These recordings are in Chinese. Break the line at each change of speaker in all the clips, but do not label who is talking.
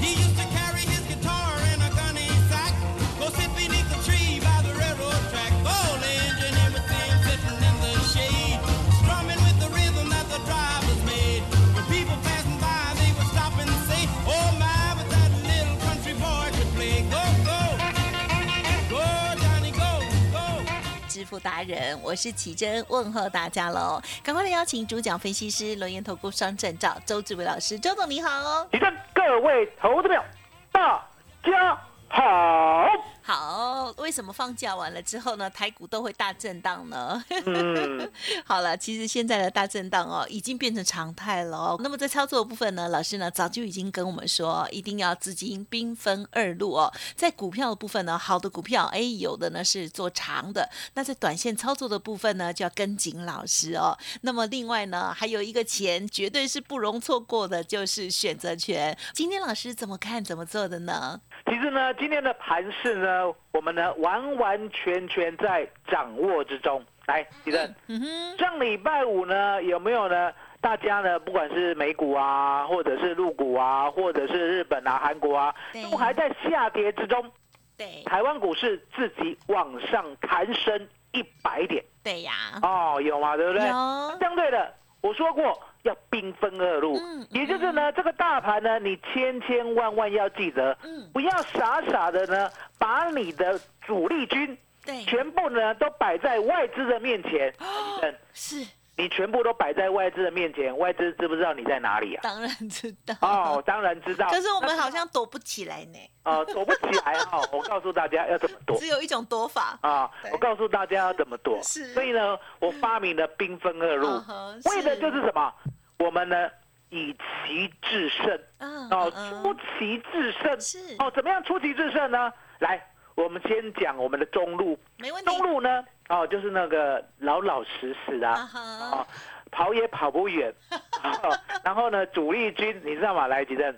He used to carry his guitar in a gunny sack. Go sit beneath the tree by the railroad track. Old engineer would see him sitting in the shade, strumming with the rhythm that the drivers made. When people passing by, they would stop and say, Oh my, but that little country boy could play. Go, go, go, Johnny, go, go.
致富达人，我是奇珍，问候大家喽！赶快来邀请主讲分析师、轮研投顾双证照周志伟老师，周总你好哦。
提升各位投资朋友，大家好。
好，为什么放假完了之后呢，台股都会大震荡呢？
嗯，
好了，其实现在的大震荡哦，已经变成常态了哦。那么在操作的部分呢，老师呢早就已经跟我们说，一定要资金兵分二路哦。在股票的部分呢，好的股票，哎，有的呢是做长的，那在短线操作的部分呢，就要跟紧老师哦。那么另外呢，还有一个钱绝对是不容错过的，就是选择权。今天老师怎么看怎么做的呢？
其实呢，今天的盘势呢，我们呢完完全全在掌握之中。来，提升，
嗯哼，
上礼拜五呢有没有呢？大家呢，不管是美股啊，或者是陆股啊，或者是日本啊、韩国啊，
对
都还在下跌之中。
对
台湾股市自己往上弹升一百点
对呀，
哦，有吗？对不对？
有
相对的，我说过要兵分二路，
嗯
也就是呢，这个大盘呢，你千千万万要记得，
嗯
不要傻傻的呢，把你的主力军
对哦
全部呢都摆在外资的面前，医生
是
你全部都摆在外资的面前，外资知不知道你在哪里 啊？
当然知道
哦，当然知道，
可是我们好像躲不起来呢，
呃躲不起来哈、哦，我告诉大家要怎么躲。
只有一种躲法。
啊
对！
我告诉大家要怎么躲。
是
所以呢，我发明了兵分二路
嗯哼是
为的就是什么？我们呢以奇制胜，
嗯
哦，
嗯
出奇制胜
是
哦，怎么样出奇制胜呢？来，我们先讲我们的中路。
没问题。
中路呢，哦，就是那个老老实实的
啊
啊，
哈，
哦跑也跑 不远。哦然后呢，主力军你知道吗？来，吉正，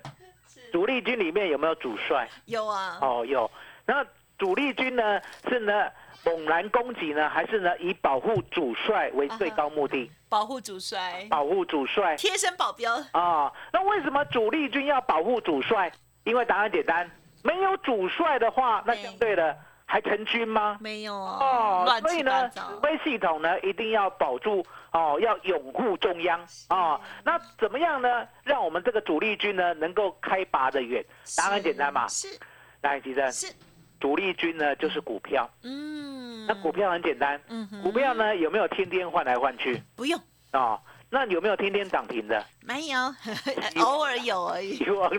主力军里面有没有主帅？
有啊，
哦，有。那主力军呢是呢猛然攻击呢，还是呢以保护主帅
啊
为最高目的？
保护主帅，
保护主帅
贴身保镖。
啊、那为什么主力军要保护主帅？因为答案简单，没有主帅的话，那
对
相对的还成军吗？
没有啊
哦，
乱
所以
七八
呢，指
糟。
挥系统呢一定要保住哦，要拥护中央哦。那怎么样呢？让我们这个主力军呢能够开拔的远？答案简单嘛，嗯
是
来，吉生，
是，
主力军呢就是股票。
嗯，
那股票很简单，
嗯哼
股票呢有没有天天换来换去
不用，
啊、哦？那有没有天天涨 停的？
没有， 偶尔有而已。
有啊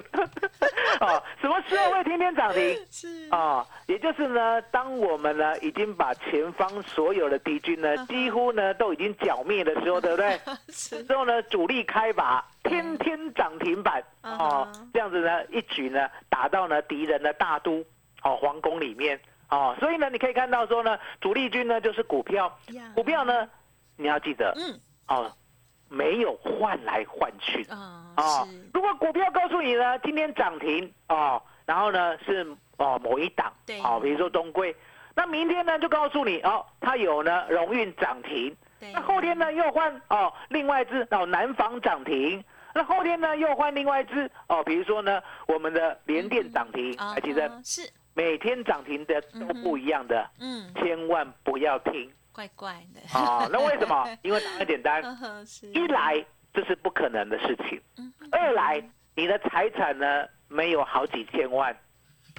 哦，什么时候会天天涨停
是
啊、哦？也就是呢，当我们呢已经把前方所有的敌军呢几乎呢都已经剿灭的时候，对不对？
嗯 是
之后呢主力开拔，天天涨停板
嗯
哦
嗯，
这样子呢一举呢打到呢敌人的大都哦皇宫里面哦，所以呢你可以看到说呢主力军呢就是股票。
呀
股票呢，你要记得
嗯
哦，没有换来换去的
啊
哦
是，。
如果股票告诉你呢，今天涨停哦，然后呢是哦某一档
对
哦，比如说中规，那明天呢就告诉你哦，它有呢荣运涨停，
对
那后天呢又换哦另外一只哦南方涨停。那后天呢，又换另外一只哦，比如说呢，我们的联电涨停，
啊
哎其实
哈是
每天涨停的都不一样的，
嗯，
千万不要听
怪怪的。
哦，那为 什么？因为答案简单，
嗯
呵呵是
一来这是不可能的事情，
嗯哼
二来你的财产呢没有好几千万，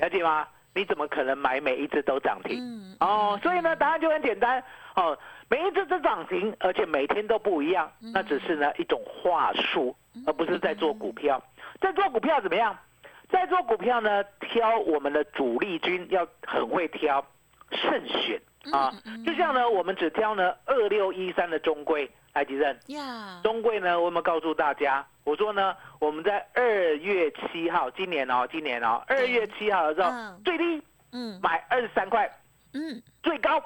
了解吗？你怎么可能买每一只都涨停？
嗯
哦，所以呢，答案就很简单哦，每一只都涨停，而且每天都不一样，那只是呢一种话术，而不是在做股票。在做股票怎么样？在做股票呢，挑我们的主力军要很会挑，慎选啊。就像呢，我们只挑呢二六一三的中规来吉正。
呀，
嗯
中贵呢，我有没有告诉大家，我说呢，我们在二月七号，今年哦，今年哦，二月七号的时候
嗯，
最低
嗯
买二十三块，
嗯，
最高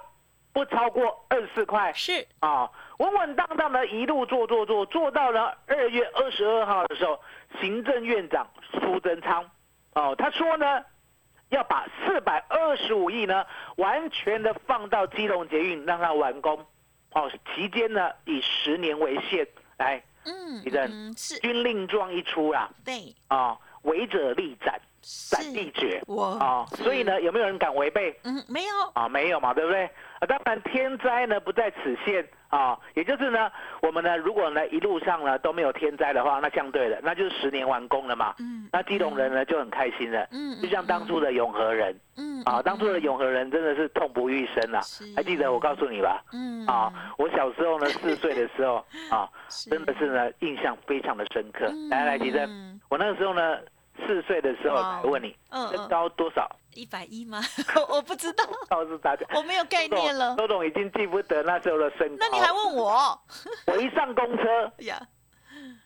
不超过二十四块
是，
啊，稳稳当当的一路做做做，做到了二月二十二号的时候，行政院长苏贞昌哦，他说呢。要把四百二十五亿呢，完全的放到基隆捷运，让它完工。哦，期间呢，以十年为限来
嗯，
你的
嗯是
军令状一出啦、
对，
啊，违者立斩，
是
斩立决
我
啊、
是
所以，呢，有没有人敢违背
嗯，没有，
啊？没有嘛，对不对？啊，当然天灾呢不在此限啊，也就是呢，我们呢如果呢一路上呢都没有天灾的话，那相对的那就是十年完工了嘛。
嗯，
那基隆人呢就很开心了，
嗯，嗯，
就像当初的永和人
嗯，嗯
啊，当初的永和人真的是痛不欲生啊
是。
还记得我告诉你吧？
嗯
啊，我小时候呢四岁的 时候啊，真的是呢印象非常的深刻。
嗯
来来，吉珍，
珍，
我那个时候呢四岁的时候
哇哦
来问你，身
嗯，
高多少？
一百一吗？ 我不知道，
告诉大家。
我没有
哦
概念了。
周董已经记不得那时候的身高。
那你还问我
我一上公车，
哎呀？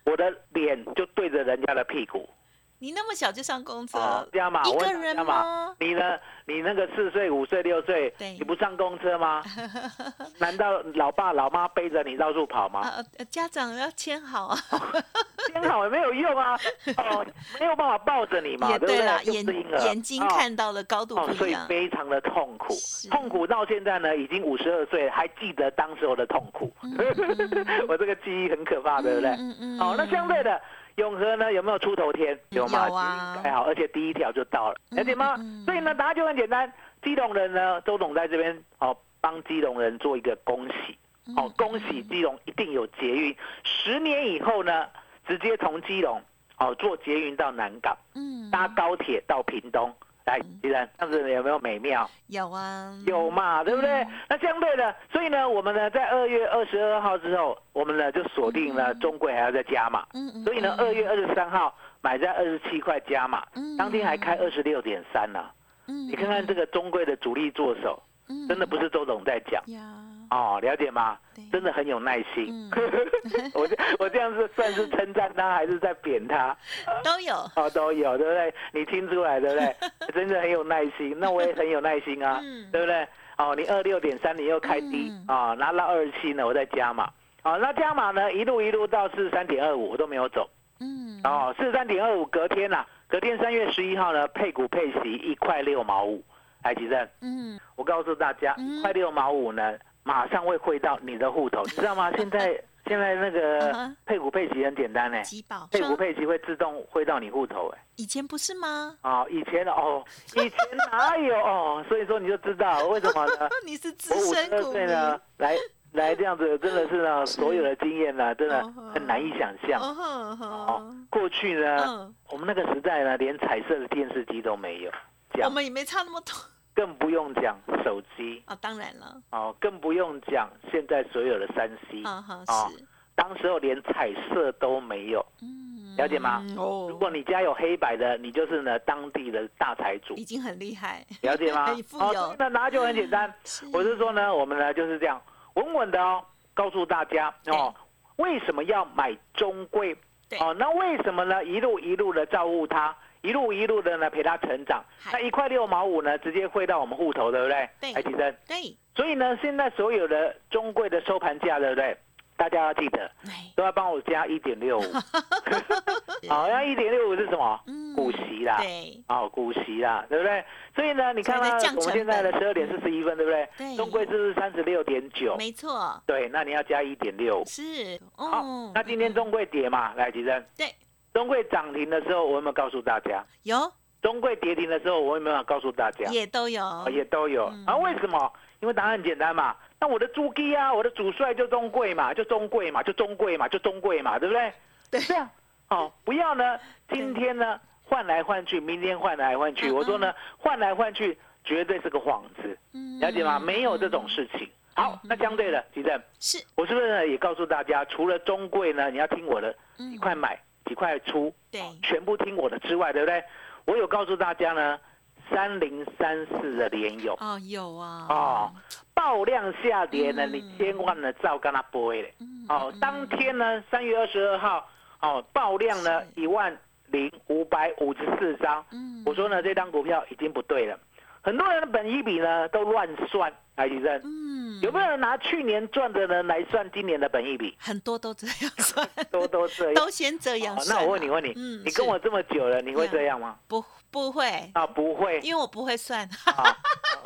我的脸就对着人家的屁股，
你那么小就上公车，
哦这样嘛，
一
我
个
问大
人
家嘛？
吗？
你呢？你那个四岁、五岁、六岁
对，
你不上公 车吗？难道老爸老妈背着你到处跑吗？
啊，呃家长要签好啊，
监考也没有用啊，哦，没有办法抱着你嘛，
也
对不对？
啦，
又
眼
不是婴儿
眼睛
哦
看到了高度
哦，
不
所
一
以
样，
非常的痛苦
是，
痛苦到现在呢，已经五十二岁，还记得当时候的痛 苦， 我这个记忆很可怕，对不对？
嗯嗯
哦，那相对的，永和呢有没有出头天？有吗？
有啊
还好，而且第一条就到了，了解吗？
嗯嗯
所以呢，答案就很简单，基隆人呢，周董在这边哦，帮基隆人做一个恭喜，
嗯
哦，恭喜基隆一定有捷运，十年以后呢，直接从基隆哦坐捷运到南港。
嗯，
搭高铁到屏东。来，既然这样子有没有美妙？
有啊，
有嘛，对不
嗯
对？那相对的，所以呢，我们呢在二月二十二号之后，我们呢就锁定了中贵还要再加码，
嗯，嗯
所以呢，二月二十三号买在二十七块加码
嗯，
当天还开二十六点三呢。
嗯，
你看看这个中贵的主力做手，
嗯
真的不是周董在讲
呀，
哦，了解吗？真的很有耐心。
嗯
我这我这样是算是称赞他，还是在贬他？
都有，
哦，都有，对不对？你听出来，对 不对？真的很有耐心，那我也很有耐心啊，
嗯
对不对？哦，你二六点三，你又开低
嗯
啊、拿到二十七呢，我再加码。哦，那加码呢，一路一路到四十三点二五，我都没有走。
嗯，
哦，四十三点二五，隔天呐、隔天三月十一号呢，配股配息一块六毛五。来，吉正，
嗯，
我告诉大家，
嗯
一块六毛五呢，马上会汇到你的户 头，你知道吗？现在现在那
嗯哼
个配股配息很简单呢，
吉宝，
配股配息会自动汇到你户头哎。
以前不是吗？
哦，以前哦，以前哪有哦？所以说你就知道为什么呢？
你是 资
哦我五
深
十二
股
岁
民，
呢，来来这样子，真的是呢，所有的经验呢，真的
哦吼
很难以想象。
哦吼
哦
吼，，
过去呢
嗯，
我们那个时代呢，连彩色的电视机都没有，
我
讲
们也没差那么多
更不用讲手机
啊，当然了，
哦，更不用讲现在所有的三 C，
啊哈
哦
是，
当时候连彩色都没有。
嗯，
了解吗？
哦，
如果你家有黑白的，你就是呢当地的大财主
已，经很厉害，
了解吗
很？富
哦，
有嗯
所以呢，那就很简单。我是说呢，我们呢就是这样稳稳的哦，告诉大家哦，为什么要买中贵？
对
哦，那为什么呢？一路一路的照顾它，一路一路的呢陪它成长。
嗨
那一块六毛五呢，直接汇到我们户头，对不对？
对
哎，提升。
对，
所以呢，现在所有的中贵的收盘价，对不对？大家要记得
哎，
都要帮我加一 点六五。 好，那一点六五是什么？
嗯
股息啦。
对，
哦，股息啦，对不对？所以呢，你看
所以
啊
在降，
我们现在的
成
十二点四十一分，对不对？
对
中贵是三十六点九，
没错，
对，那你要加一点六。
是，
好
哦，，
那今天中贵跌嘛，来，吉珍，
对，
中贵涨停的时候，我有没有告诉大家？
有
中贵跌停的时候，我有没有告诉大家？
也嗯都有
哦，也都有。啊，为什么？因为答案很简单嘛。那我的猪鸡啊，我的主帅就中贵嘛，就中贵嘛，就中贵嘛，就中贵嘛，对不对？
对
这样哦，不要呢，今天呢换来换去，明天换来换去。
嗯嗯
我说呢，换来换去绝对是个幌子，
嗯
了解吗？没有这种事情。好，那相对的，吉正，
是，
我是不是呢也告诉大家，除了中贵呢，你要听我的，
嗯
几块买，几块出，哦
对
全部听我的之外，对不对？我有告诉大家呢，三零三四的联友。
哦，有啊，
哦，爆量下跌
嗯
呢，
嗯
哦你千万呢照跟他播嘞。哦，当天呢，三月二十二号，哦，爆量呢一万零五百五十四张。
嗯
我说呢，这张股票已经不对了，很多人的本益比呢都乱算，来医生。
嗯，
有没有人拿去年赚的呢来算今年的本益比？
很多都这样算，
都都这样。
都先这样
哦
算啊、
那我问你，问你，
嗯
你跟
是
我这么久了，你会
嗯
这样吗？
不不会，
啊，不会。
因为我不会算，
啊，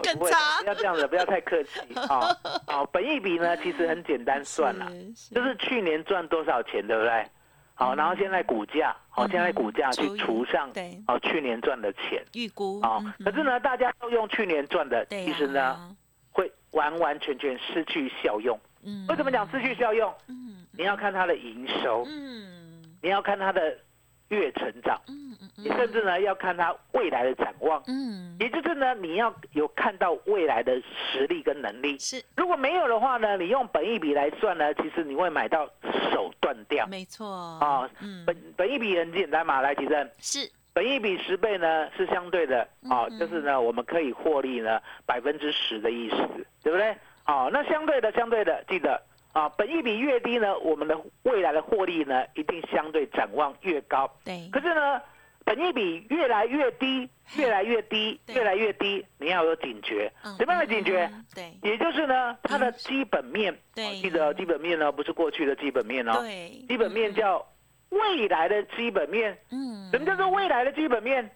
更
不会
差
不要这样子，不要太客气啊。啊，本益比呢，其实很简单算啦，
是
就是去年赚多少钱，对不对？好，然后现
嗯
在股价，好，现在股价去
除以
除上，
对
哦，去年赚的钱，
预估
啊
嗯，
可是呢，大家都用去年赚的，
对啊
其实呢，
呀
会完完全全失去效用。
嗯
为什么讲失去效用？
嗯
你要看它的营收，
嗯
你要看它的月成长，
嗯嗯
你甚至呢要看它未来的展望。
嗯，
也就是呢，你要有看到未来的实力跟能力。
是
如果没有的话呢，你用本益比来算呢，其实你会买到手断掉
没错
啊
啊。嗯，
本本益比很简单嘛，来提升。
是
本益比十倍呢是相对的啊，
嗯
就是呢我们可以获利呢百分之十的意思，对不对？啊，那相对的相对的，记得啊，本益比越低呢，我们的未来的获利呢一定相对展望越高。
对
可是呢，本益比越来越低，越来越低，
对
越来越低，你要有警觉。
嗯
怎么样的
嗯
警觉？
嗯对
也就是呢，它的基本面，
对
哦记得哦基本面呢不是过去的基本面哦，
对，
基本面叫未来的基本面。
嗯
什么叫做未来的基本面？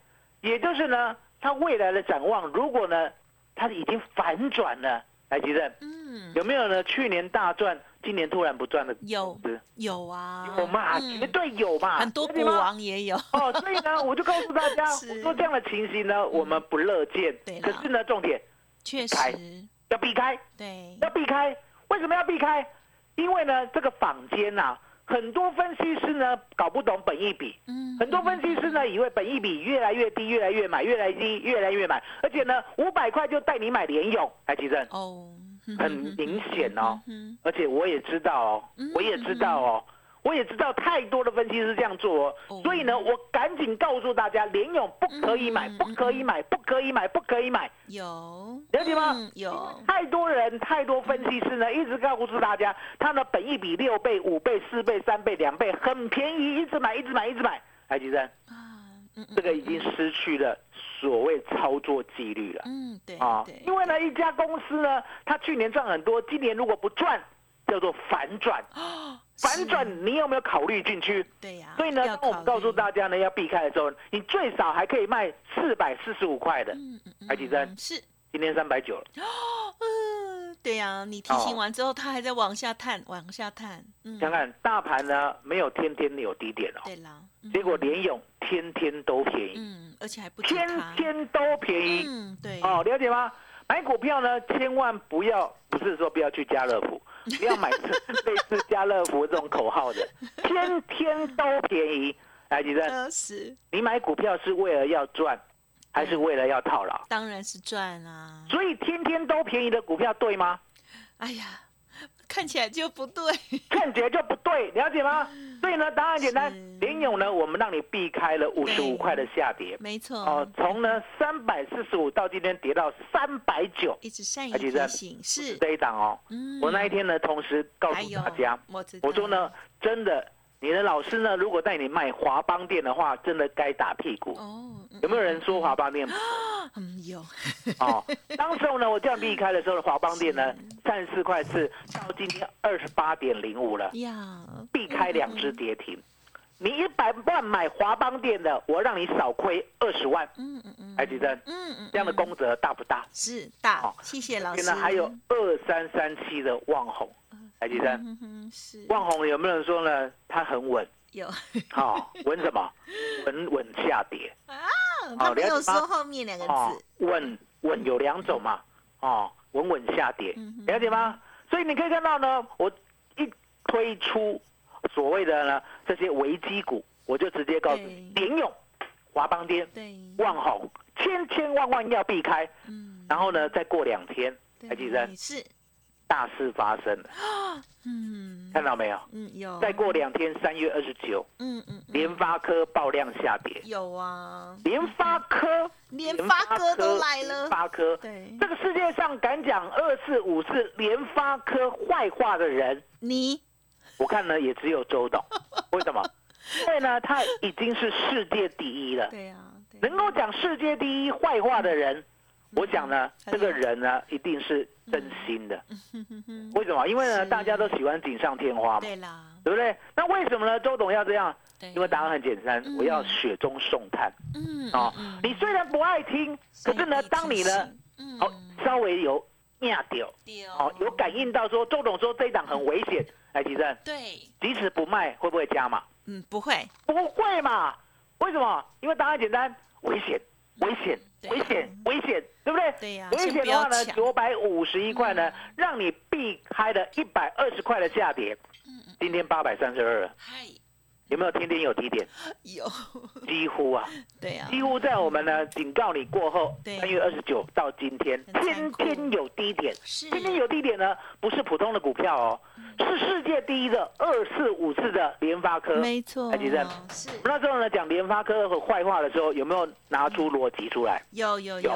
也就是呢，它未来的展望，如果呢，它已经反转了，来吉正，
嗯
有没有呢？去年大赚，今年突然不赚的
有
公司
有啊，
有嘛？
嗯
绝对有嘛！
很多
了
股
解吗
王也有，
哦，所以呢，我就告诉大家，
是嗯
我说这样的情形呢，我们不乐见。
对啦嗯
可是呢，重点
确
开
实
要避开，
对，
要避开。为什么要避开？因为呢，这个坊间呐、很多分析师呢搞不懂本益比，
嗯
很多分析师呢以为本益比越来越低，越来越买，越来越低，越来越买，而且呢，五百块就带你买联勇，来吉正，
哦，
很明显哦。
嗯
而且我也知道哦
嗯，
我也知道哦，我也知道太多的分析师这样做
哦
哦，所以呢，我赶紧告诉大家，联勇不可以买
嗯嗯，
不可以买，不可以买，不可以买，
有
了解吗
嗯？有
太多人，太多分析师呢，一直告诉大家，它的本益比六倍、五倍、四倍、三倍、两倍，很便宜，一直买，一直买，一直买。来，吉生，
啊，嗯嗯
这个已经失去了所谓操作纪律了
嗯对
啊
对，！
因为呢，一家公司呢，它去年赚很多，今年如果不赚，叫做反转。反
哦是
转你有没有考虑进去？
对呀，
所以呢，
要
当我们
考
告诉
虑
大家呢要避开的时候，你最少还可以卖四百四十五块的，
嗯嗯嗯
海底针
嗯是。
今天三百九了。
嗯，对呀、你提醒
哦
完之后，它还在往下探，往下探。嗯，
想看大盘呢没有天天有低点哦，
对啦，嗯
结果联勇天天都便宜，
嗯，而且还不止
天
它。
天都便宜
嗯，对，
哦，了解吗？买股票呢，千万不要不是说不要去家乐 福，不要买 类似家乐福这种口号 的，天天都便宜。来，吉生，
二十
你买股票是为了要赚，还是为了要套牢？
当然是赚啊。
所以天天都便宜的股票 对吗？
哎呀，看起来就不对。
看起来就不对，了解吗？所以呢，答案简单
嗯是，
联勇呢，我们让你避开了五十
对嗯
五块的下跌，
没错，
哦，从呢三百四十五到今天跌到三百九，
一直善意
海底
提
针
醒是。
这一档哦。
嗯，哎
我那一天呢，同时告诉大家，
还有我知道
我说呢，真的，你的老师呢，如果带你卖华邦店的话，真的该打屁股。
哦，嗯
有没有人说华邦 店？
嗯有，
哦，当时候呢，我这样避开的时候，华邦店呢三十四块四，到今天二十八点零五了。
呀，
避开两只跌停。你一百万买华邦店的，我让你少亏二十万，
嗯嗯嗯，
台积电
嗯嗯，
这样的
嗯
功德大不大？
是大
哦，
谢谢老
现
师。
在还有二三三七的旺宏，台积电
嗯哼，是
旺宏有没有人说呢？它很稳，
有，
哦，稳什么？稳稳下跌，
他
哦
没
了
有
解吗
说后面两个
哦
字。，
稳稳有两种嘛，哦，稳稳下跌
嗯哼，
了解吗？所以你可以看到呢，我一推出所谓的呢这些危机股，我就直接告诉你，
对
联勇、华邦店。
对，
万红，千千万万要避开。
嗯，
然后呢，再过两天，台积
对
生
是，
大事发生了，
嗯
看到没有？
嗯有，
再过两天，三月二十九，
嗯嗯嗯
联发科爆量下跌。
有啊，
联发科，
连嗯发哥都来了
联，发科，
对
这个世界上敢讲二四五四联 发科坏话的人，
你
我看呢也只有周董。为什么？因为呢，它已经是世界第一了。
对啊，对
能够讲世界第一坏话的人，
嗯
我想呢，
很
这
厉害
个人呢一定是真心的。为什么？因为呢，
嗯是
大家都喜欢锦上添花嘛，
对啦，
对不对？那为什么呢？周董要这样？
对啊，
因为答案很简单
嗯，
我要雪中送炭
嗯
啊
嗯嗯！
你虽然不爱听，可是呢，当你呢，
嗯，
哦稍微有压掉，
对
哦有感应到说周董说这一档很危险，
哦
来提振，
对，
即使不卖会不会加码？
嗯，不会，
不会嘛？为什么？因为答案简单，危险，危险，
嗯对啊
危险，危险，对不对？
对呀
危
先
险
不
的话
要
呢，
抢
九百五十一块呢，让你避开了一百二十块的下跌。
嗯，
今天八百三十二，
嗨，
有没有天天有低点？
有， 嗯
几乎啊，
对啊，
几乎在我们呢警告你过后，
对
三月二十九到今天，
很残
天
酷
天有低点。
是，嗯
今天有低点呢，不是普通的股票哦，是世界第一的二四五四的联发科。
没错
台积电
哦是
我们那时候呢讲联发科和坏话的时候，有没有拿出逻辑出来？
有有
有呃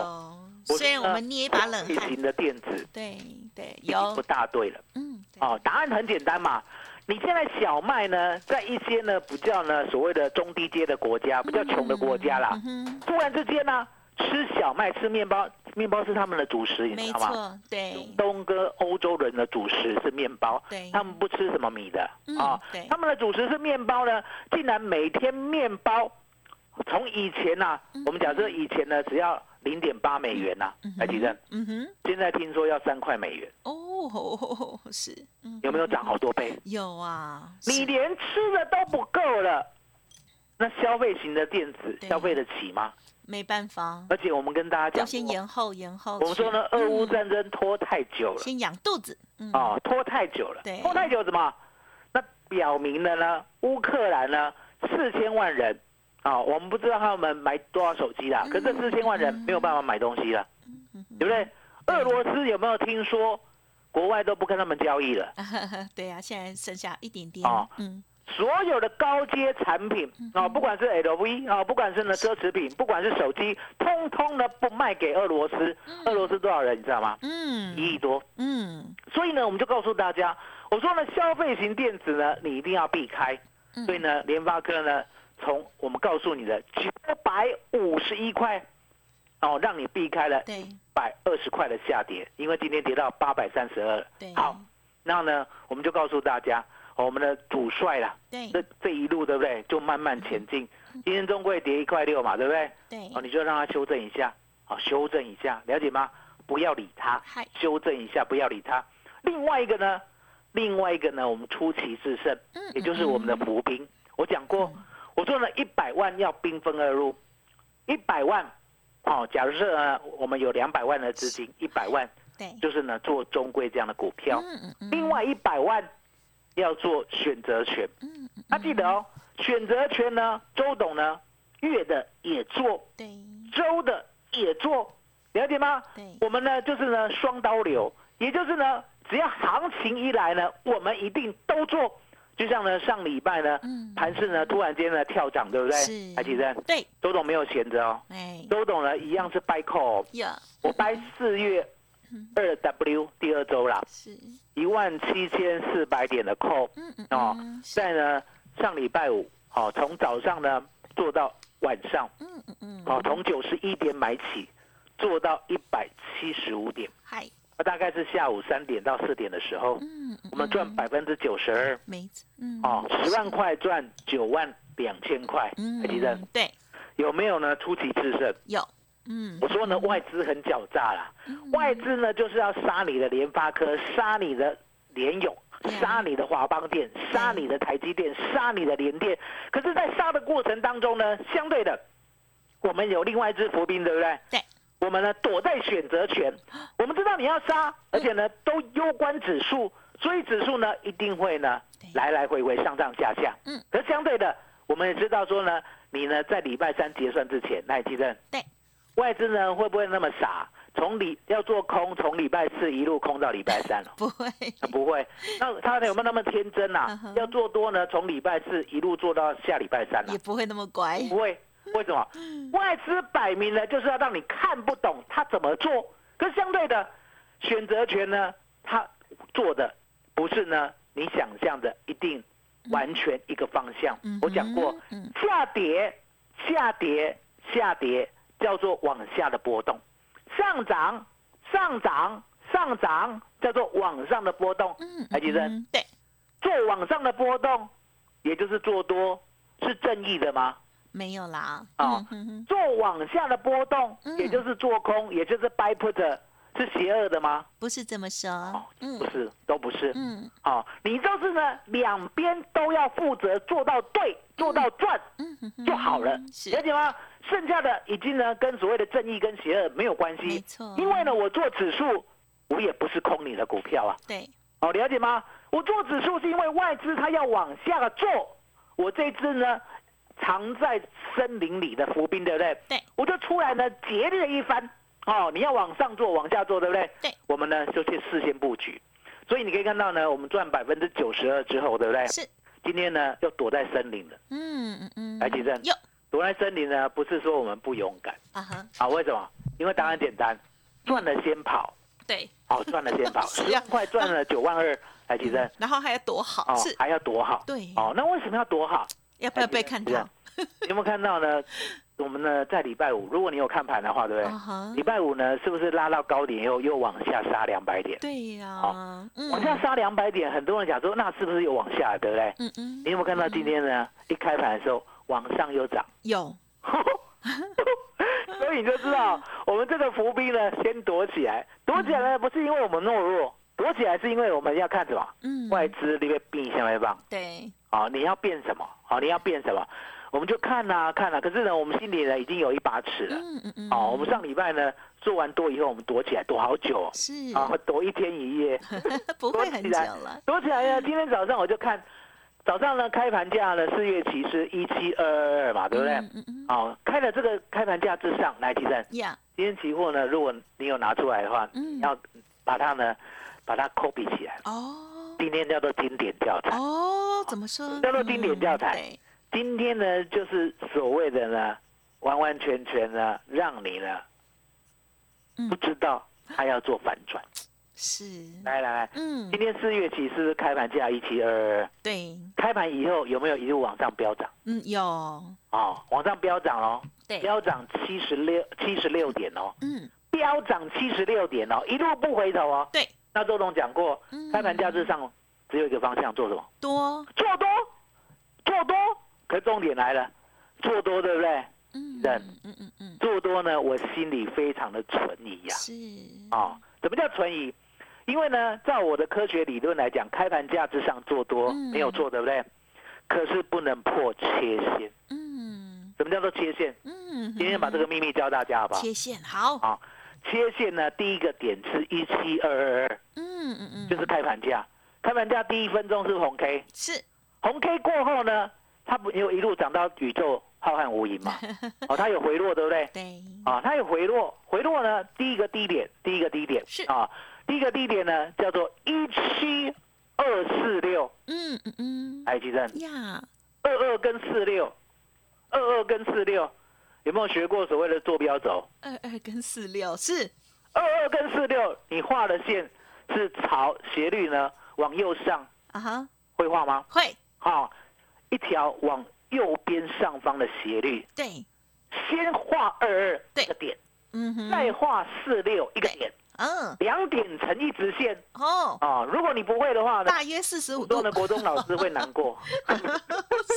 有，
我
虽然我们捏一把冷
疫
汗
情，的电子
对对，
已经不
有，
大对了。
嗯，对
哦，答案很简单嘛。你现在小麦呢，在一些呢比较呢所谓的中低阶的国家，比较穷的国家啦，
嗯
突然之间呢，吃小麦吃面包，面包是他们的主食，
哼，
你
没
知道吗？
错，对
中东跟欧洲人的主食是面包，
对，
他们不吃什么米的
嗯
啊
对，
他们的主食是面包呢，竟然每天面包，从以前呐，我们假设以前呢只要零点八美元啊呐，来提振，
嗯嗯哼，
现在听说要三块美元，
哦， 是，嗯，
有没有涨好多倍？
有啊，
你
是
连吃的都不够了，那消费型的电子
对
消费得起吗？
没办法，
而且我们跟大
都
家
先
讲过，
延后延后去，
我们说呢，俄乌
嗯
战争拖太久了，
先养肚子，嗯，
哦，拖太久了
对，
拖太久怎么？那表明了呢，乌克兰呢四千万人啊、我们不知道他们买多少手机啦，
嗯
可这四千万人没有办法买东西了，对不对？俄罗斯有没有听说国外都不跟他们交易了？
对啊，现在剩下一点点
哦，
嗯，
所有的高阶产品啊、不管是 LV 啊、不管是呢奢侈品，不管是手机，通通呢不卖给俄罗斯。俄罗斯多少人你知道吗？
嗯
一亿多。
嗯，
所以呢，我们就告诉大家，我说呢，消费型电子呢，你一定要避开。
嗯
所以呢，联发科呢，从我们告诉你的九百五十一块，哦，让你避开了
对
百二十块的下跌，因为今天跌到八百三十二。
对，
好，那呢，我们就告诉大家，哦我们的主帅啦，
对嗯
这这一路对不对？就慢慢前进。今天中贵跌一块六嘛，对不对？
对
哦，，你就让它修正一下，好、修正一下，了解吗？不要理它
嗨，
修正一下，不要理它。另外一个呢，另外一个呢，我们出奇制胜，
嗯
也就是我们的伏兵。我讲过，我说呢，一百万要兵分二路，一百万，哦，假设呢，我们有两百万的资金，一百万
对，
就是呢做中规这样的股票，
嗯嗯
另外一百万要做选择权。
嗯，嗯
那、记得哦，选择权呢，周董呢，月的也做，
对
周的也做，了解吗？
对，
我们呢就是呢双刀流，也就是呢只要行情一来呢，我们一定都做。就像呢上礼拜呢
嗯，
盘市呢突然间呢跳涨，对不对？
是
还记得
对，
周董没有闲着哦，
哎
周董呢一样是掰扣、哦，
呀，
我掰四月
嗯
二 W 第二周啦，
是，
一万七千四百点的扣，
嗯嗯
哦
嗯，是
在呢上礼拜五，哦从早上呢做到晚上，
嗯嗯嗯，
哦从九十一点买起，做到一百七十五点。
嗨，
那大概是下午三点到四点的时候，
嗯，嗯
我们赚
嗯
百分之九十二
没错，嗯，
哦，十万块赚九万两千块，
嗯，
还记得
嗯对，
有没有呢？出奇制胜。
有，嗯，
我说呢，外资很狡诈啦，外资呢就是要杀你的联发科，杀你的联友
对啊。
杀你的华邦店，杀你的台积电，杀你的联电。可是，在杀的过程当中呢，相对的，我们有另外一支伏兵，对不对？
对。啊
我们呢躲在选择权，我们知道你要
嗯
杀，而且呢都攸关指数，所以指数呢一定会呢
对
来来回回上上下下。
嗯，
可相对的，我们也知道说呢，你呢在礼拜三结算之前，那你记得
对。
外资呢会不会那么傻？从礼要做空，从礼拜四一路空到礼拜三哦了
不 会，
那不会，那他有没有那么天真
嗯
啊？
哼
要做多呢，从礼拜四一路做到下礼拜三啊
也？嗯不会那么乖，
不会，为什么？外资摆明了就是要让你看不懂他怎么做。可相对的，选择权呢，他做的不是呢你想象的一定完全一个方向。
嗯嗯哼
我讲过
嗯，
下跌、下跌、下跌叫做往下的波动，上涨、上涨、上涨叫做往上的波动。
嗯，
台积电
嗯对，
做往上的波动，也就是做多，是正义的吗？
没有啦。
哦
嗯哼哼
做往下的波动
嗯，
也就是做空，也就是 buy put，是邪恶的吗？
不是这么
哦
说，，嗯
不是，都不是。
嗯
哦，你就是呢，两边都要负责做到对，做到赚
嗯哼哼
就好了，
是
了解吗？剩下的已经呢，跟所谓的正义跟邪恶没有关
没
系，
错，
因为呢，我做指数，我也不是空你的股票啊，
对，
哦，了解吗？我做指数是因为外资它要往下做，我这只呢藏在森林里的伏兵，对不对？
对，
我就出来呢劫掠一番。哦，你要往上做，往下做，对不对？
对，
我们呢就去事先布局，所以你可以看到呢，我们赚百分之九十二之后，对不对？
是，
今天呢又躲在森林了，
嗯嗯嗯，
来，吉正，
有
躲在森林呢不是说我们不勇敢
啊哈，
啊？为什么？因为答案简单，赚了先跑，
对，
哦，赚了先跑，
是
十
啊
万块赚了九万二，来，吉正，
然后还要躲好，
哦哎
是，
还要躲好，
对
哦，那为什么要 躲好？
要不要被看
这
到
样？你有没有看到呢？我们呢在礼拜五，如果你有看盘的话，对不对？
啊哈
礼，拜五呢，是不是拉到高点又又往下杀两百点？
对呀
好，
嗯
往下杀两百点，很多人想说，那是不是又往下了，对不对？
嗯嗯
你，有没有看到今天呢？一开盘的时候往上 又涨，
有，
所以你就知道我们这个伏兵呢，先躲起来。躲起来呢，不是因为我们懦弱，躲起来是因为我们要看什么？
嗯，
外资那个避下来棒。
对，
啊，你要变什么？啊，你要变什么？我们就看啊看啊。可是呢，我们心里呢已经有一把尺了。
嗯嗯嗯，
哦，我们上礼拜呢做完多以后，我们躲起来，躲好久、
是
哦，啊，躲一天 一夜，
不会很久
躲起来
了，
躲起来呀。今天早上我就看，早上呢开盘价呢四月期是一七二二二嘛，对不对？
嗯嗯嗯，
哦，开了这个开盘价之上来提升。
呀，
今天期货呢，如果你有拿出来的话，
嗯
你要把它呢把它 copy 起来。
哦
今天叫做经典教材，
哦，怎么说？
叫做经典教
嗯
材
对
今天呢就是所谓的呢完完全全呢让你呢
嗯
不知道它要做反转。
是，
来来来，
嗯
今，天四月起是不是开盘价一七二二？
对，
开盘以后有没有一路往上飙涨？
嗯，有，
哦，往上飙涨哦，
对
飙涨七十六七十六点哦，
嗯，
飙涨七十六点哦，一路不回头哦。
对，
那周董讲过
嗯，
开盘价之上只有一个方向，做什么？
多，
做多，做多。可重点来了，做多对不对？
嗯，
人
嗯嗯嗯，
做多呢，我心里非常的存疑呀、
是，
啊。哦，怎么叫存疑？因为呢，在我的科学理论来讲，开盘价之上做多
嗯
没有错，对不对？可是不能破切线。
嗯
什么叫做切线？
嗯，
今天把这个秘密教大家好不好？
切线好，
啊，切线呢，第一个点是一七二二二，
嗯嗯嗯，
就是开盘价。开盘价第一分钟是红 K，
是，
红 K 过后呢，它不有一路涨到宇宙浩瀚无 垠嘛？哦，它有回落，对不对？
对，
啊，它有回落，回落呢，第一个低点，第一个低点
是
啊，第一个低点呢叫做一七二四六，
嗯嗯嗯，
哎，记正
呀，
二二跟四六，二二跟四六，有没有学过所谓的坐标轴？
二二跟四六是，
二二跟四六，你画的线是朝斜率呢往右上
啊哈，
会画吗？
会，
好、一条往右边上方的斜率，
对，
先画二二
对
一个点，
嗯哼，
再画四六一个点，
嗯，
两点成一直线
哦，
啊、如果你不会的话呢，
大约四十五
我
度
们的，国中老师会难 过。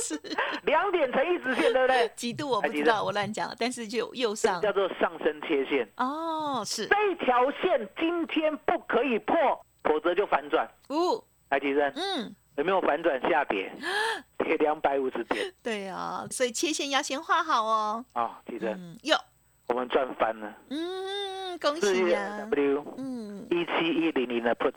是
两点成一直线，对不对？
几度我不
还记
知
得
道，我乱讲，但是就右上，
叫做上升切线，
哦，是
这一条线今天不可以破，否则就反转。
五，
来，提升
嗯，
有没有反转下 跌？跌两百五十点
对啊，所以切线要先画好哦，
啊！提升，
嗯，有，
我们赚翻了。
嗯，恭
四
喜
月
呀，
W
嗯
一七一零零的 put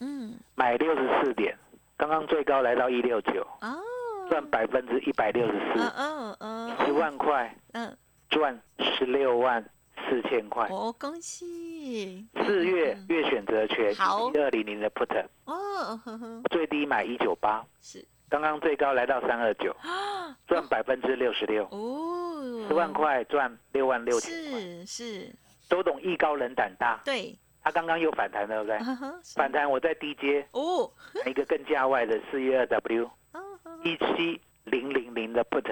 嗯，
买六十四点，刚刚最高来到一六九，
哦，
赚百分之一百六十
嗯
四，
嗯嗯，
十万块
嗯，
赚十六万四千块。
哦，恭喜，
四月月选择权
好
一二零零的 put
哦，呵呵，
最低买一九八，
是
刚刚最高来到三二九，
啊，
赚百分之六十六，
哦，
十万块赚六万六千块。
是是，
周董艺高人胆大，
对，
他刚刚又反弹了，对不对？
啊哈，是
反弹我在低阶
哦，
买一个更价外的四月二 W
啊哈，
一七零零零的 put，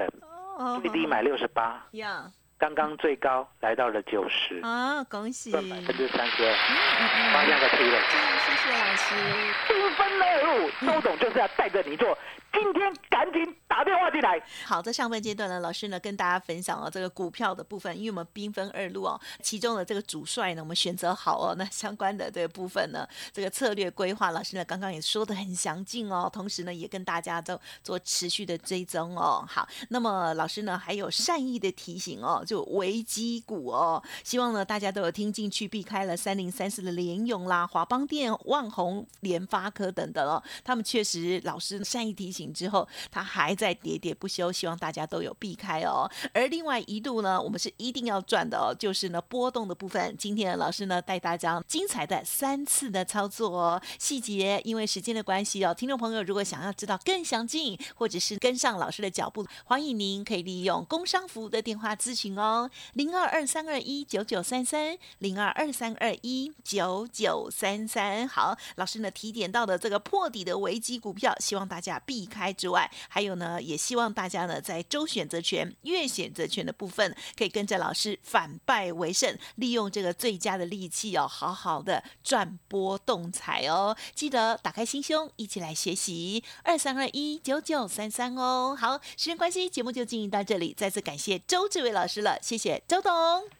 哦
最低买六十八，
呀
刚刚最高来到了九十，
啊，恭喜！
赚百分之三十二，
嗯嗯嗯
方向的推了。
真的谢谢老师，
兵分二路，周董就是要带着你做。今天赶紧打电话进来，
好，在上半阶段呢，老师呢跟大家分享哦这个股票的部分，因为我们兵分二路哦，其中的这个主帅呢，我们选择好哦，那相关的这个部分呢，这个策略规划，老师呢刚刚也说的很详尽哦，同时呢也跟大家做做持续的追踪哦。好，那么老师呢还有善意的提醒哦，就危机股哦，希望呢大家都有听进去，避开了三零三四的联用啦、华邦电、万宏、联发科等等哦，他们确实老师善意提醒之后，它还在喋喋不休，希望大家都有避开哦。而另外一度呢，我们是一定要赚的哦，就是呢波动的部分。今天老师呢带大家精彩的三次的操作哦，细节因为时间的关系哦，听众朋友如果想要知道更详尽，或者是跟上老师的脚步，欢迎您可以利用工商服务的电话咨询哦，零二二三二一九九三三零二二三二一九九三三。好，老师呢提点到的这个破底的危机股票，希望大家避开之外，还有呢，也希望大家呢在周选择权、月选择权的部分，可以跟着老师反败为胜，利用这个最佳的利器哦，好好的赚波动财哦。记得打开心胸，一起来学习二三二一九九三三哦。好，时间关系，节目就进行到这里，再次感谢周志伟老师了，谢谢周董。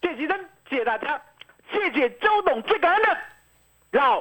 谢谢真，谢谢大家，谢谢周董最感恩的老